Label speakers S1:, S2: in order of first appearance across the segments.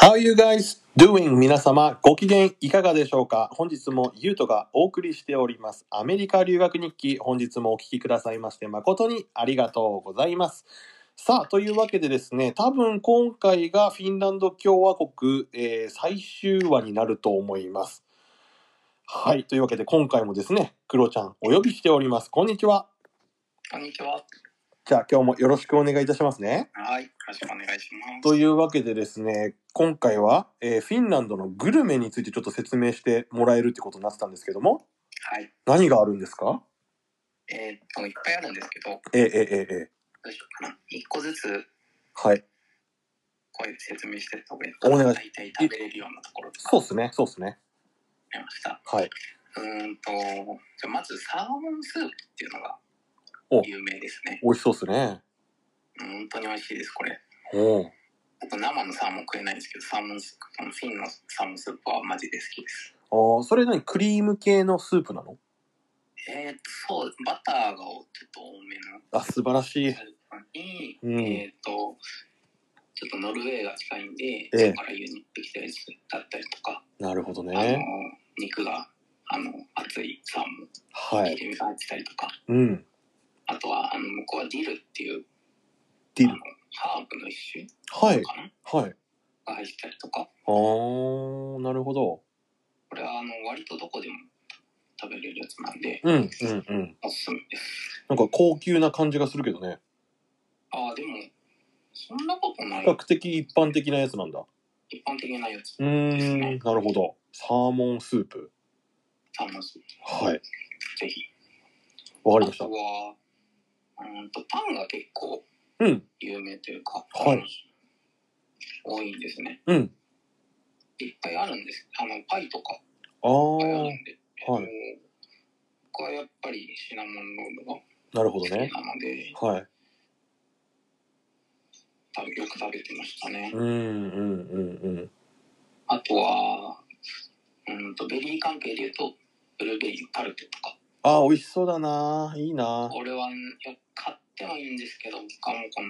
S1: How you guys doing? 皆様、ご機嫌いかがでしょうか本日もゆうとがお送りしております。アメリカ留学日記、本日もお聞きくださいまして誠にありがとうございます。さあ、というわけでですね、多分今回がフィンランド共和国、えー最終話になると思います。はい、というわけで今回もですね、クロちゃんお呼びしております。こんにちは。
S2: こんにちは。
S1: じゃあ今日もよろしくお願いいたしますね。
S2: はい。よろしくお願いします。
S1: というわけでですね、今回は、えーフィンランドのグルメについてちょっと説明してもらえるってことになってたんですけども、
S2: はい。
S1: 何があるんですか
S2: えーっと、いっぱいあるんですけど、ど
S1: えー、えー、えーえ
S2: うしようかな。一個ずつ、
S1: ーはい。
S2: こういう説明してった方がいいの
S1: お願い
S2: 大体食べれるようなところとか
S1: そうっすね、そうっすね。
S2: ありました。
S1: はい。
S2: うーんと、じゃあまずサーモンスープっていうのが
S1: お
S2: 有名ですね。
S1: 美味しそうっすね。
S2: うん本当に美味しいです、これ。
S1: おう
S2: あと生のサーモン食えないんですけど、サーモンスープ、このフィンのサーモンスープはマジで好きです。
S1: あーそれ何クリーム系のスープなの
S2: えーっと、そう、バターがちょっと多めの
S1: あ、素晴らしい。
S2: に、
S1: うん
S2: えっ、と、ちょっとノルウェーが近いんで、
S1: ええ
S2: そこから輸入できたやつだったりとか、
S1: なるほど
S2: あの
S1: ね。
S2: 肉があの熱いサーモン、
S1: は
S2: 切
S1: い。
S2: れ身が入ってたりとか、
S1: うん。
S2: あとはあの向こうはディルっていう
S1: ディ
S2: あ
S1: ル
S2: の。ハーブの一種
S1: はい。
S2: かな
S1: はい。
S2: が入ってたりとか、
S1: あー、なるほど。
S2: これはあの割とどこでも食べれるやつなんで、
S1: うん、うん、うん。
S2: おすすめです。
S1: なんか高級な感じがするけどね。
S2: ああ、でも、そんなことな
S1: 比
S2: い
S1: 較。的一般的なやつなんだ。
S2: 一般的なやつ
S1: う。ーん、なるほど。サーモンスープ。
S2: サーモンスープ。
S1: はい。
S2: ぜひ。
S1: わかり
S2: あ
S1: ました
S2: と。は、うーんと、パンが結構
S1: うん、
S2: 有名というか、
S1: はい
S2: 多いんですね。
S1: うん。
S2: いっぱいあるんです。あの、パイとかいっ
S1: あ
S2: ぱいあ
S1: ー、
S2: るんで。
S1: はい
S2: あの僕はやっぱりシナモンロールが
S1: なるほ
S2: 好
S1: ど
S2: き
S1: ね。
S2: なので、
S1: はい。
S2: 食べよく食べてましたね
S1: う。ん、うん、うん、
S2: あとは、うーんと、ベリー関係で言うと、ブルーベリーのタルトとか。
S1: あー、美味しそうだな。いいな。
S2: これはねよ買ってもいいんですけど、僕はもうこ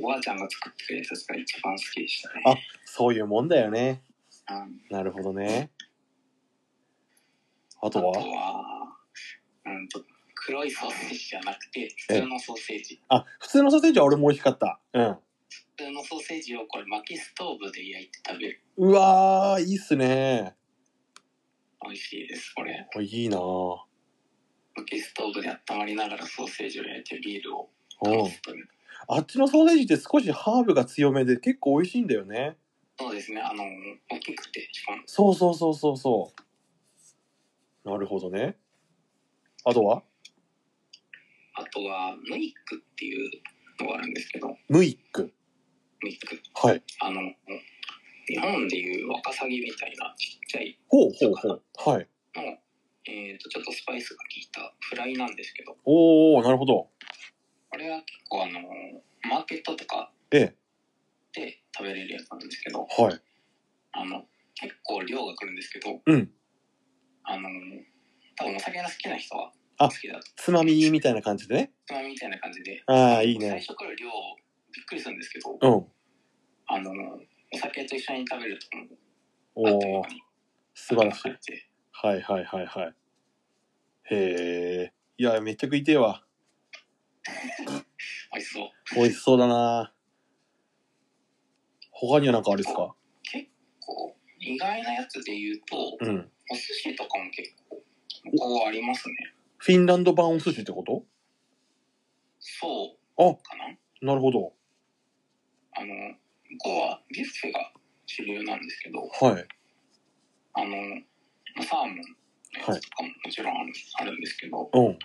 S2: の、おばあちゃんが作ってくれたやつが一番好きでしたね。
S1: そういうもんだよね。
S2: うん
S1: なるほどね。あ
S2: あと
S1: とは
S2: は、うんと、黒いソーセージじゃなくて、普通のソーセージ。
S1: あ、普通のソーセージは俺も美味しかった。うん。
S2: 普通のソーセージをこれ薪ストーブで焼いて食べる。
S1: うわー、いいっすね。
S2: 美味しいです、これ。
S1: あいいなぁ。
S2: 薪ストーブで温まりながらソーセージを焼いてビールを
S1: う
S2: 楽
S1: ん
S2: しむという。
S1: あっちのソーセージって少しハーブが強めで結構美味しいんだよね。
S2: そうですね、あの、大きくて、しかも、
S1: そうそうそうそうそう。なるほどね。あとは
S2: あとは、ムイックっていうのがあるんですけど、
S1: ムイック。
S2: ムイック。
S1: はい。
S2: あの、日本でいうワカサギみたいなちっちゃい
S1: ほうほうほう。はい。
S2: の、えっ、と、ちょっとスパイスが効いたフライなんですけど、
S1: おー、なるほど。
S2: これは結構あのマーケットとか
S1: え
S2: で食べれるやつなんですけど
S1: え。はい。
S2: あの結構量が来るんですけど
S1: うん。
S2: あの多分お酒が好きな人は
S1: あ
S2: 好きだと
S1: つまみみたいな感じでね。
S2: つまみみたいな感じで
S1: ああ、いい
S2: 最
S1: ね。
S2: 初から量びっくりするんですけど
S1: うん。
S2: あのお酒と一緒に食べるともうあっという
S1: おー
S2: 間、に
S1: 素晴らしい
S2: な。くなって
S1: はいはいはいはい。へえ。いや、めっちゃ食いてえわ。
S2: 美味しそう
S1: 美味しそうだな他にはなんかあれですか
S2: こう意外なやつで言うと
S1: うん。
S2: お寿司とかも結構こうありますね
S1: フィンランド版お寿司ってこと
S2: そう
S1: あ、
S2: か
S1: な
S2: な
S1: るほど。
S2: あの向こうはビュッフェが主流なんですけど
S1: はい。
S2: あの、サーモンのやつとかももちろんある,、あるんですけど、
S1: うん。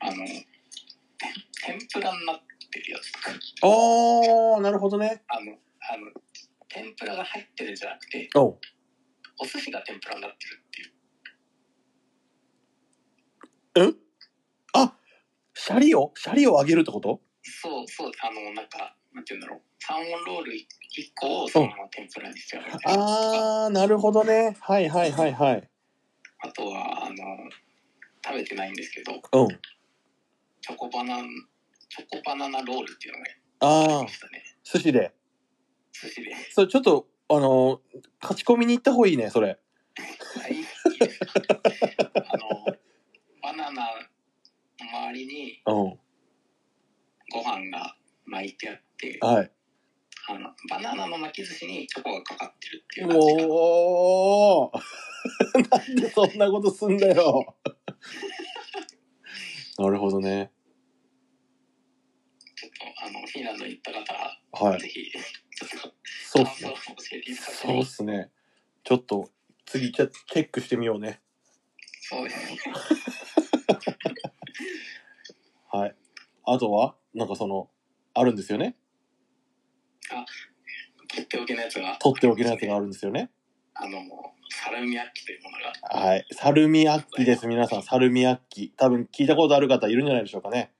S2: あの、天ぷらになってるやつとか、
S1: あー、なるほどね。
S2: あの、あの、天ぷらが入ってるじゃなくて、
S1: うん。
S2: お寿司が天ぷらになってるっていう。
S1: シャリをシャリをあげるってこと
S2: そうそう、あの、なんか、なんて言うんだろう。サーモンロール1個をそのまま天ぷらにしてあるみたいなやつとか、
S1: あー、なるほどね。はいはいはいはい。
S2: あとは、あの、食べてないんですけど、
S1: うん。
S2: チョコバナナ、チョコバナナロールっていうのがやって
S1: あ
S2: ま
S1: ー、
S2: したね。
S1: 寿司で。
S2: 寿司で。
S1: それちょっと、あの、勝ち込みに行った方がいいね、それ。
S2: はい、いいですかあの、バナナの周りに
S1: うん。
S2: ご飯が巻いてあって、
S1: はい。
S2: あの、バナナの巻き寿司にチョコがかかってるっていう感じかな。
S1: おお なんでそんなことすんだ よ。なるほどね。
S2: ちょっと、あの、フィンランドに行った方は、
S1: はい。
S2: ぜひ、ちょっと、
S1: そうっ
S2: 感
S1: す
S2: 想
S1: ね。
S2: を教えていただけ
S1: そう
S2: れ
S1: っ
S2: ば
S1: すね。ちょっと、次、ちょチェックしてみようね。
S2: そうですね。
S1: はい。あとは、なんかその、あるんですよね。
S2: とっておきのやつが。
S1: とっておきのやつがあるんですよね。
S2: あの、サルミアッキというものが、
S1: はい。サルミアッキです、皆さん。サルミアッキ。多分聞いたことある方いるんじゃないでしょうかね。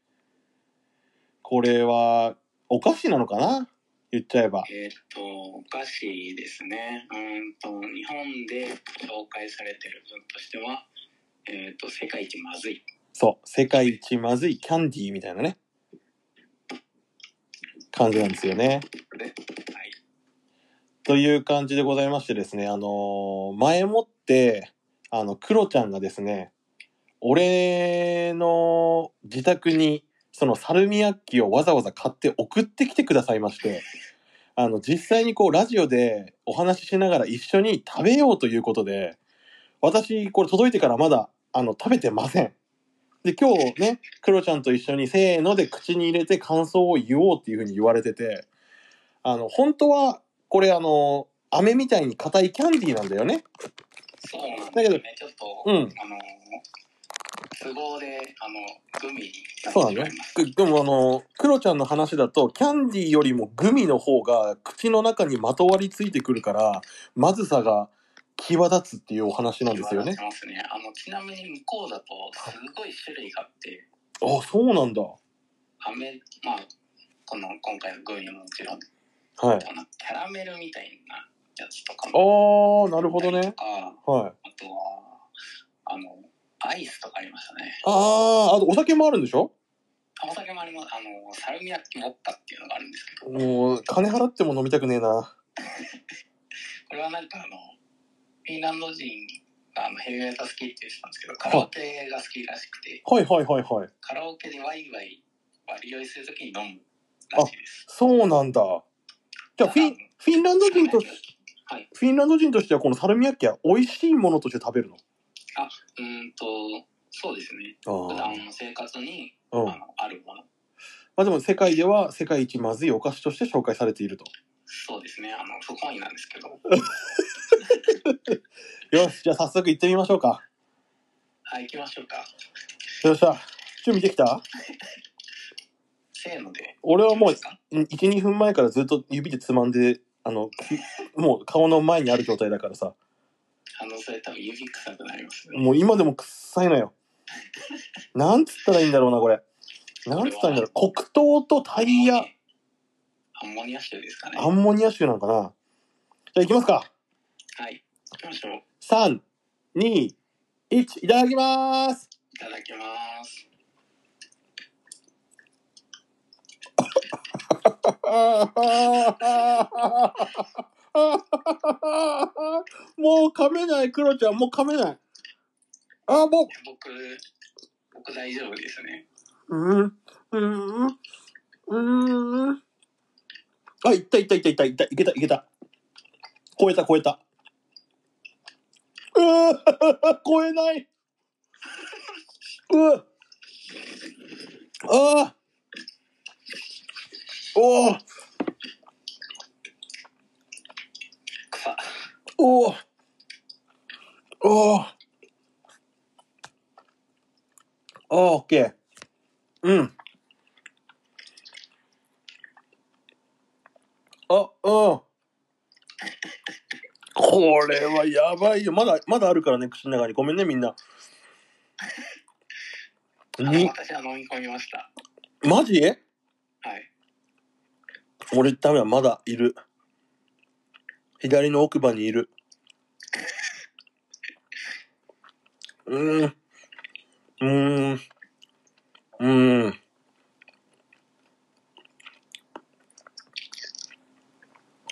S1: これは、お菓子なのかな言っちゃえば。
S2: えーっと、お菓子ですね。うーんと、日本で紹介されてる分としては、えーっと、世界一まずい。
S1: そう。世界一まずいキャンディーみたいなね。感じなんですよね。
S2: で、はい。
S1: という感じでございましてですね、あのー前もって、あの、クロちゃんがですね、俺の自宅に、そのサルミアッキをわざわざ買って送ってきてくださいまして、あの、実際にこう、ラジオでお話ししながら一緒に食べようということで、私、これ届いてからまだ、あの、食べてません。で、今日ね、クロちゃんと一緒にせーので口に入れて感想を言おうっていうふうに言われてて、あの、本当は、これあの、飴みたいに硬いキャンディーなんだよね。
S2: そうなんですよね。ちょっと、
S1: うん
S2: あの、都合で、あの、グミに
S1: そうな
S2: っ
S1: ん
S2: て
S1: だ
S2: お
S1: ね
S2: ります。。
S1: ででもあの、クロちゃんの話だと、キャンディーよりもグミの方が口の中にまとわりついてくるから、まずさが際立つっていうお話なんですよね
S2: 言。われてますね。あの、ちなみに向こうだと、すごい種類があって、
S1: あ、そうなんだ。
S2: 飴、まあ、この、今回のグミももちろん、
S1: はい。
S2: このキャラメルみたいなやつとか
S1: あ
S2: も。
S1: ー、なるほどね
S2: と。か
S1: はい。
S2: あとは、あの、アイスとかありましたね。
S1: あー、あとお酒もあるんでしょ
S2: あお酒もあります。あの、サルミアッキモッカっていうのがあるんですけど、
S1: もう、金払っても飲みたくねえな。
S2: これはなんかあの、フィンランド人があのヘビメタ好きって言ってたんですけど、カラオケが好きらしくて、
S1: はいはいはいはい。
S2: カラオケでワイワイ割り酔いするときに飲むらしいです。
S1: そうなんだ。じゃあ、フィン、フィンランド人とし
S2: はい。
S1: フィンランド人としてはこのサルミアッキは美味しいものとして食べるの。
S2: うーんと、そうですね。普
S1: あ
S2: 段の生活に、
S1: あ。うん。
S2: あ
S1: ま
S2: のあるもの。
S1: あでも世界では世界一まずいお菓子として紹介されていると。
S2: そうですね。あの、不本意なんですけど。
S1: よし、じゃあ早速行ってみましょうか。
S2: はい、行きましょうか。
S1: よっしゃ。準備できた
S2: せーので。
S1: 俺はもう
S2: ですか
S1: うん1、2分前からずっと指でつまんで、あの、きもう顔の前にある状態だからさ。
S2: あの、それ多分指臭くなりますね。
S1: もう今でも臭いのよ。なんつったらいいんだろうな、これ。なんつったらいいんだろう。黒糖とタイヤ、
S2: アンモニア臭ですかね。
S1: ア
S2: は
S1: ンモニア臭なのかな。じゃあ行きますか。
S2: い。行きましょう。
S1: 3、2、1、いただきます。
S2: いただきます。
S1: もう噛めない、クロちゃん、もう噛めない。あ、も
S2: 僕、僕大丈夫ですね。
S1: う。うん、うん、うん。あ、いったいったいったいったいった、いけたいけた。超えた超えた。うー 超えない。うーああ。おお。
S2: 臭。
S1: おおおおああオッケーうんあうんこれはやばいよまだまだあるからね口の中にごめんねみんな
S2: あの
S1: に
S2: 私は飲み込みました。
S1: マジ
S2: はい。
S1: 俺ダメだまだいる左の奥歯にいるうーんうーんうーん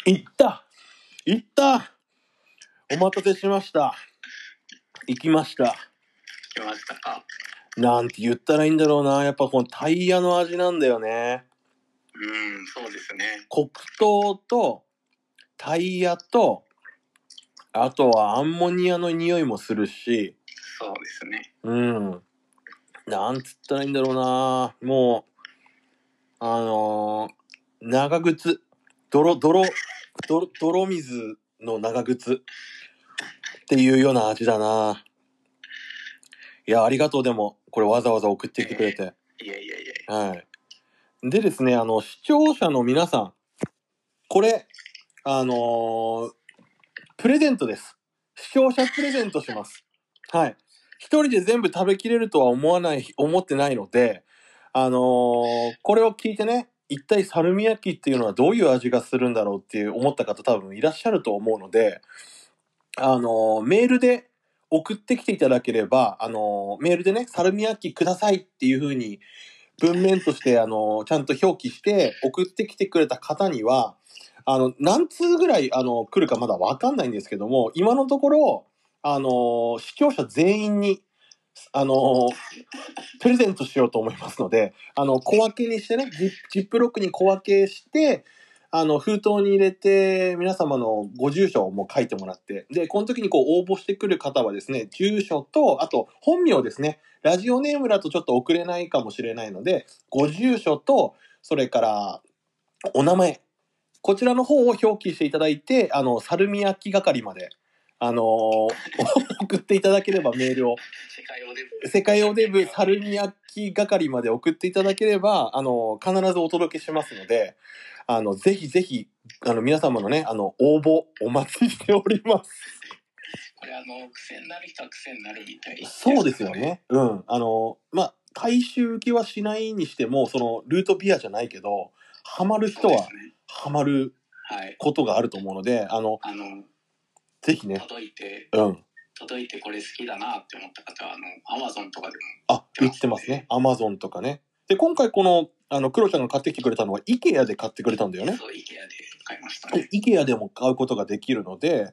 S1: いっ待たせしました。行きました。
S2: 来ましたか。
S1: なんて言ったらいいんだろうな。やっぱこのタイヤの味なんだよね。
S2: うん、そうですね。
S1: 黒糖とタイヤと、あとはアンモニアの匂いもするし、
S2: そうですね。
S1: うん。なんつったらいいんだろうな。もう、あのー長靴。泥、泥、泥、泥水の長靴。っていうような味だな。いや、ありがとうでも、これわざわざ送ってきてくれて。
S2: いやいやいや。
S1: はい。でですね、あの、視聴者の皆さん、これ、あのープレゼントです。視聴者プレゼントします。はい。一人で全部食べきれるとは思わない、思ってないので、あのーこれを聞いてね、一体サルミヤキっていうのはどういう味がするんだろうっていう思った方多分いらっしゃると思うので、あのーメールで送ってきていただければ、あのーメールでね、サルミヤキくださいっていうふうに文面として、あの、ちゃんと表記して送ってきてくれた方には、あの、何通ぐらい、あの、来るかまだわかんないんですけども、今のところ、あの、視聴者全員に、あの、プレゼントしようと思いますので、あの、小分けにしてね、ジッジップロックに小分けして、あの、封筒に入れて、皆様のご住所をもう書いてもらって、で、この時にこう応募してくる方はですね、住所と、あと、本名ですね、ラジオネームだとちょっと送れないかもしれないので、ご住所と、それから、お名前。こちらの方を表記していただいて、あの、猿見焼き係まで、あのー 送っていただければメールを。
S2: 世界おデブ。
S1: 世界おデブ猿見焼き係まで送っていただければ、あの、必ずお届けしますので、あの、ぜひぜひ、あの、皆様のね、あの、応募お待ちしております。
S2: これあの、癖になる人は癖になるみたい。
S1: そうですよ。ね。うん。あの、まあ、大衆受けはしないにしても、その、ルートビアじゃないけど、ハマる
S2: そ
S1: 人
S2: うで
S1: は
S2: すね。
S1: ハマる
S2: はい。
S1: ことがあると思うので、あの、
S2: あの、
S1: ぜひね、
S2: 届いて、
S1: うん。
S2: 届いてこれ好きだなって思った方は、あの、アマゾンとかでも。
S1: あ、売ってますね。アマゾンとかね。で、今回この、あの、クロちゃんが買ってきてくれたのは、イケアで買ってくれたんだよね。
S2: そう、イケアで買いました
S1: そう
S2: ね。
S1: IKEA でも買うことができるので、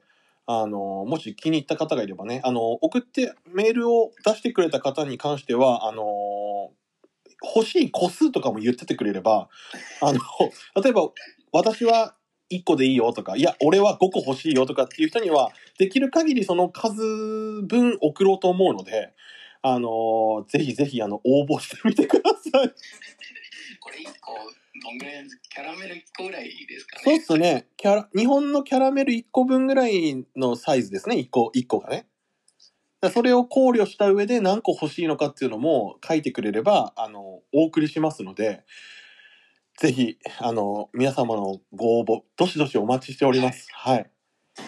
S1: あの、もし気に入った方がいればね、あの、送って、メールを出してくれた方に関しては、あの、欲しい個数とかも言っててくれれば、あの、 例えば、私は1個でいいよとか、いや、俺は5個欲しいよとかっていう人には、できる限りその数分送ろうと思うので、あの、ぜひぜひ、あの、応募してみてください。
S2: これ1個、どんぐらい、キャラメル1個ぐらいですか
S1: そう
S2: ね。
S1: っすね。キャラ、日本のキャラメル1個分ぐらいのサイズですね。1個、一個がね。だからそれを考慮した上で何個欲しいのかっていうのも書いてくれれば、あの、お送りしますので、ぜひ、あの、皆様のご応募、どしどしお待ちしております。はい。
S2: こ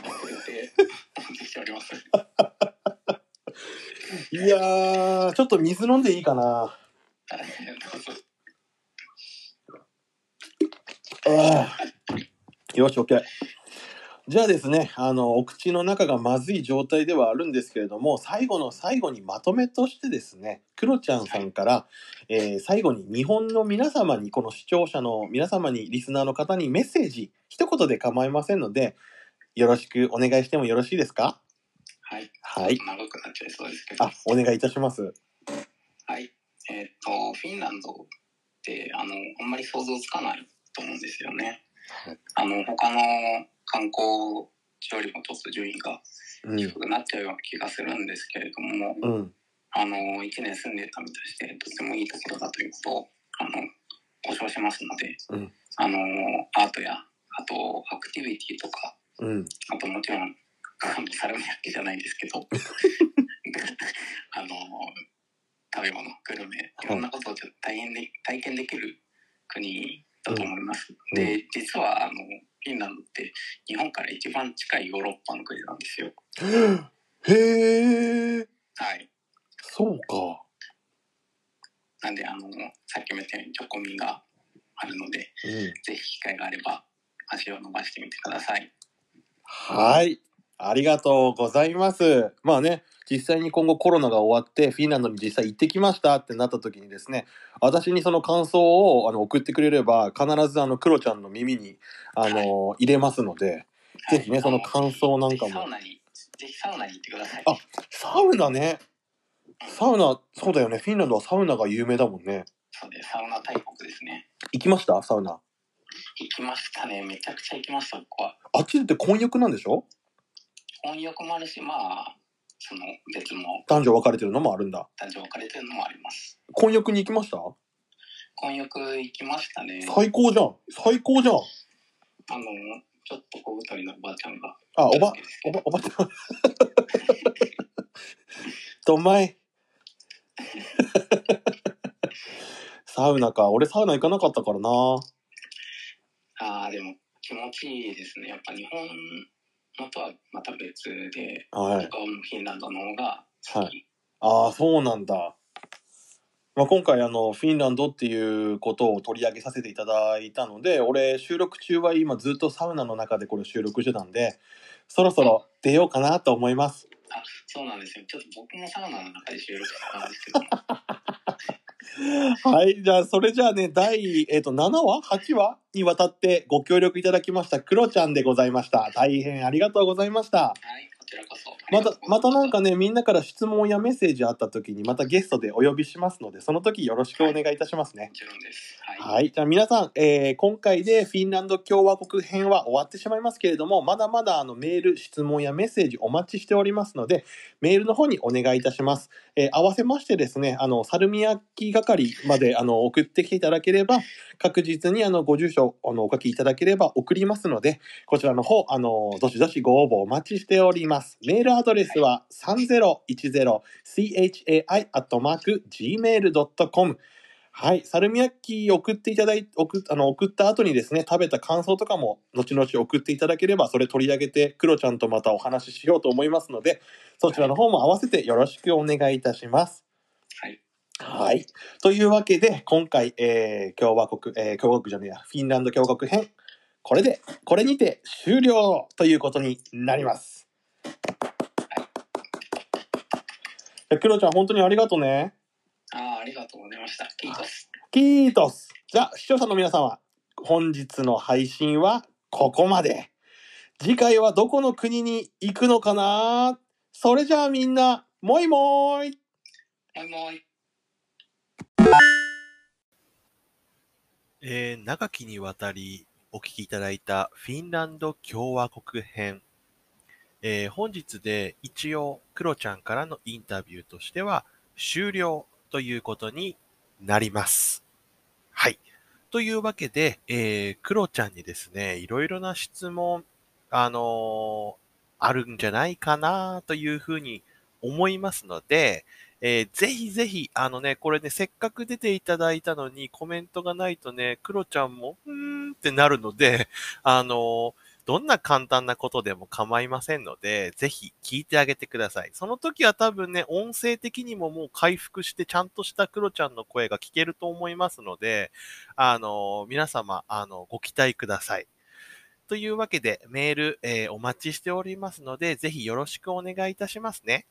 S2: れで、お待ちしており ます。
S1: いやー、ちょっと水飲んでいいかな。
S2: どうぞ
S1: ああよし、OK。じゃあですね、あの、お口の中がまずい状態ではあるんですけれども、最後の最後にまとめとしてですね、クロちゃんさんから、えー最後に日本の皆様に、この視聴者の皆様に、リスナーの方にメッセージ、一言で構いませんので、よろしくお願いしてもよろしいですか
S2: はい。
S1: はい。
S2: 長くなっちゃいそうですけど。
S1: あ、お願いいたします。
S2: はい。えーっと、フィンランドって、あの、あんまり想像つかないと思うんですよね。
S1: はい
S2: あの、他の観光地よりもちょっと順位が
S1: うん
S2: 低。くなっちゃうような気がするんですけれども、
S1: うん。
S2: あの、1年住んでたみたいして、とてもいいところだということを、あの、保証しますので、
S1: うん
S2: あの、アートや、あと、アクティビティとか、
S1: うん。
S2: あともちろん、あのサラミ焼きじゃないんですけど、あの、食べ物、グルメ、いろんなことをちょっと体験で体験できる国だと思います。
S1: うん
S2: で、実は、あの、フィンランドって日本から一番近いヨーロッパの国なんですよ。
S1: へえ、
S2: はい。
S1: そうか。
S2: なんで、あの、さっきも言ったようにチョコミがあるので、
S1: うん。
S2: ぜひ機会があれば足を伸ばしてみてください。
S1: はい。ありがとうございます。まあね、実際に今後コロナが終わって、フィンランドに実際行ってきましたってなった時にですね、私にその感想をあの送ってくれれば、必ずあの、クロちゃんの耳に、あの、入れますので、ぜひね、その感想なんかも
S2: サウナにぜひサウナに行ってください。
S1: あサウナね。サウナ、そうだよね。フィンランドはサウナが有名だもんね。
S2: そうです。サウナ大国ですね。
S1: 行きましたサウナ。
S2: 行きましたね。めちゃくちゃ行きました、僕は。
S1: あっちって混浴なんでしょ
S2: 婚約もあるし、まあ、その別の
S1: 男女分かれてるのもあるんだ。
S2: 男女分かれてるのもあります。
S1: 混浴に行きました
S2: 婚約行きましたね。
S1: 最高じゃん。最高じゃん。
S2: あの、ちょっと小太りのおばあちゃんが。
S1: あ、おば
S2: 好き、です
S1: お
S2: けど
S1: ば、おばちゃん。どんまい。サウナか。俺サウナ行かなかったからな。
S2: ああ、でも気持ちいいですね。やっぱ日本のとはまた別で、
S1: はい。
S2: 僕はもうフィンランドの方が好き。
S1: はああ、そうなんだ。まあ、今回あの、フィンランドっていうことを取り上げさせていただいたので、俺収録中は今ずっとサウナの中でこれ収録してたんで、そろそろ出ようかなと思います。
S2: そうなんですよ。ちょっと僕もサウナの中で収録したんです けど、
S1: はい、じゃあ、それじゃあね、第、えっと7話 ?8 話にわたってご協力いただきました、クロちゃんでございました。大変ありがとうございました。
S2: はい、こちらこそ。
S1: また、またなん
S2: か。
S1: かね、みんなから質問やメッセージあった時に、またゲストでお呼びしますので、その時よろしくお願いいたしますね
S2: も。ちろんです。はい。
S1: はい。じゃあ皆さん、えー今回でフィンランド共和国編は終わってしまいますけれども、まだまだあのメール、質問やメッセージお待ちしておりますので、メールの方にお願いいたします。えー合わせましてですね、あの、サルミヤキ係まであの送ってきていただければ、確実にあのご住所あのお書きいただければ送りますので、こちらの方、あの、どしどしご応募お待ちしております。メールアドレスは 3010chai.gmail.com はい。サルミヤッキ送っていただい、送っ、あの、送った後にですね、食べた感想とかも、後々送っていただければ、それ取り上げて、クロちゃんとまたお話ししようと思いますので、そちらの方も合わせてよろしくお願いいたします。
S2: はい。
S1: はい。というわけで、今回、えー、共和国、えー、共和国じゃねえや、フィンランド共和国編、これで、これにて終了ということになります。じゃあクロちゃん、本当にありがとうね。
S2: ああ、ありがとうございました。キートス。
S1: キートスじゃあ視聴者の皆様本日の配信はここまで次回はどこの国に行くのかなそれじゃあみんなもいもーい
S2: もいもい。
S3: えー長きにわたりお聞きいただいたフィンランド共和国編。えー本日で一応クロちゃんからのインタビューとしては終了ということになります。はい。というわけで、えー、クロちゃんにですね、いろいろな質問、あのーあるんじゃないかなというふうに思いますので、えーぜひぜひ、あのね、これね、せっかく出ていただいたのに、コメントがないとね、クロちゃんも、うーんってなるので、 あのーどんな簡単なことでも構いませんので、ぜひ聞いてあげてください。その時は多分ね、音声的にももう回復して、ちゃんとしたクロちゃんの声が聞けると思いますので、あのー皆様、あの、ご期待ください。というわけで、メール、えーお待ちしておりますので、ぜひよろしくお願いいたしますね。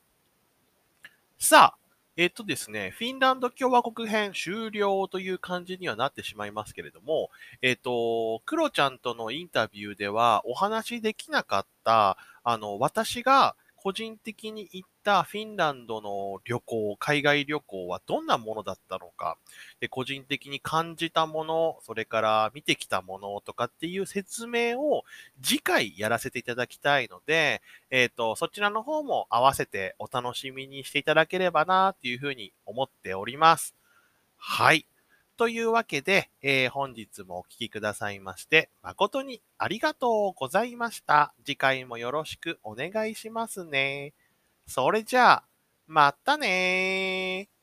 S3: さあ、えっとですね、フィンランド共和国編終了という感じにはなってしまいますけれども、えっと、クロちゃんとのインタビューではお話しできなかった、あの、私が個人的に行ったフィンランドの旅行、海外旅行はどんなものだったのか、で個人的に感じたもの、それから見てきたものとかっていう説明を次回やらせていただきたいので、えっ、と、そちらの方も合わせてお楽しみにしていただければなっていうふうに思っております。はい。というわけで、えー本日もお聴きくださいまして、誠にありがとうございました。次回もよろしくお願いしますね。それじゃあ、またねー。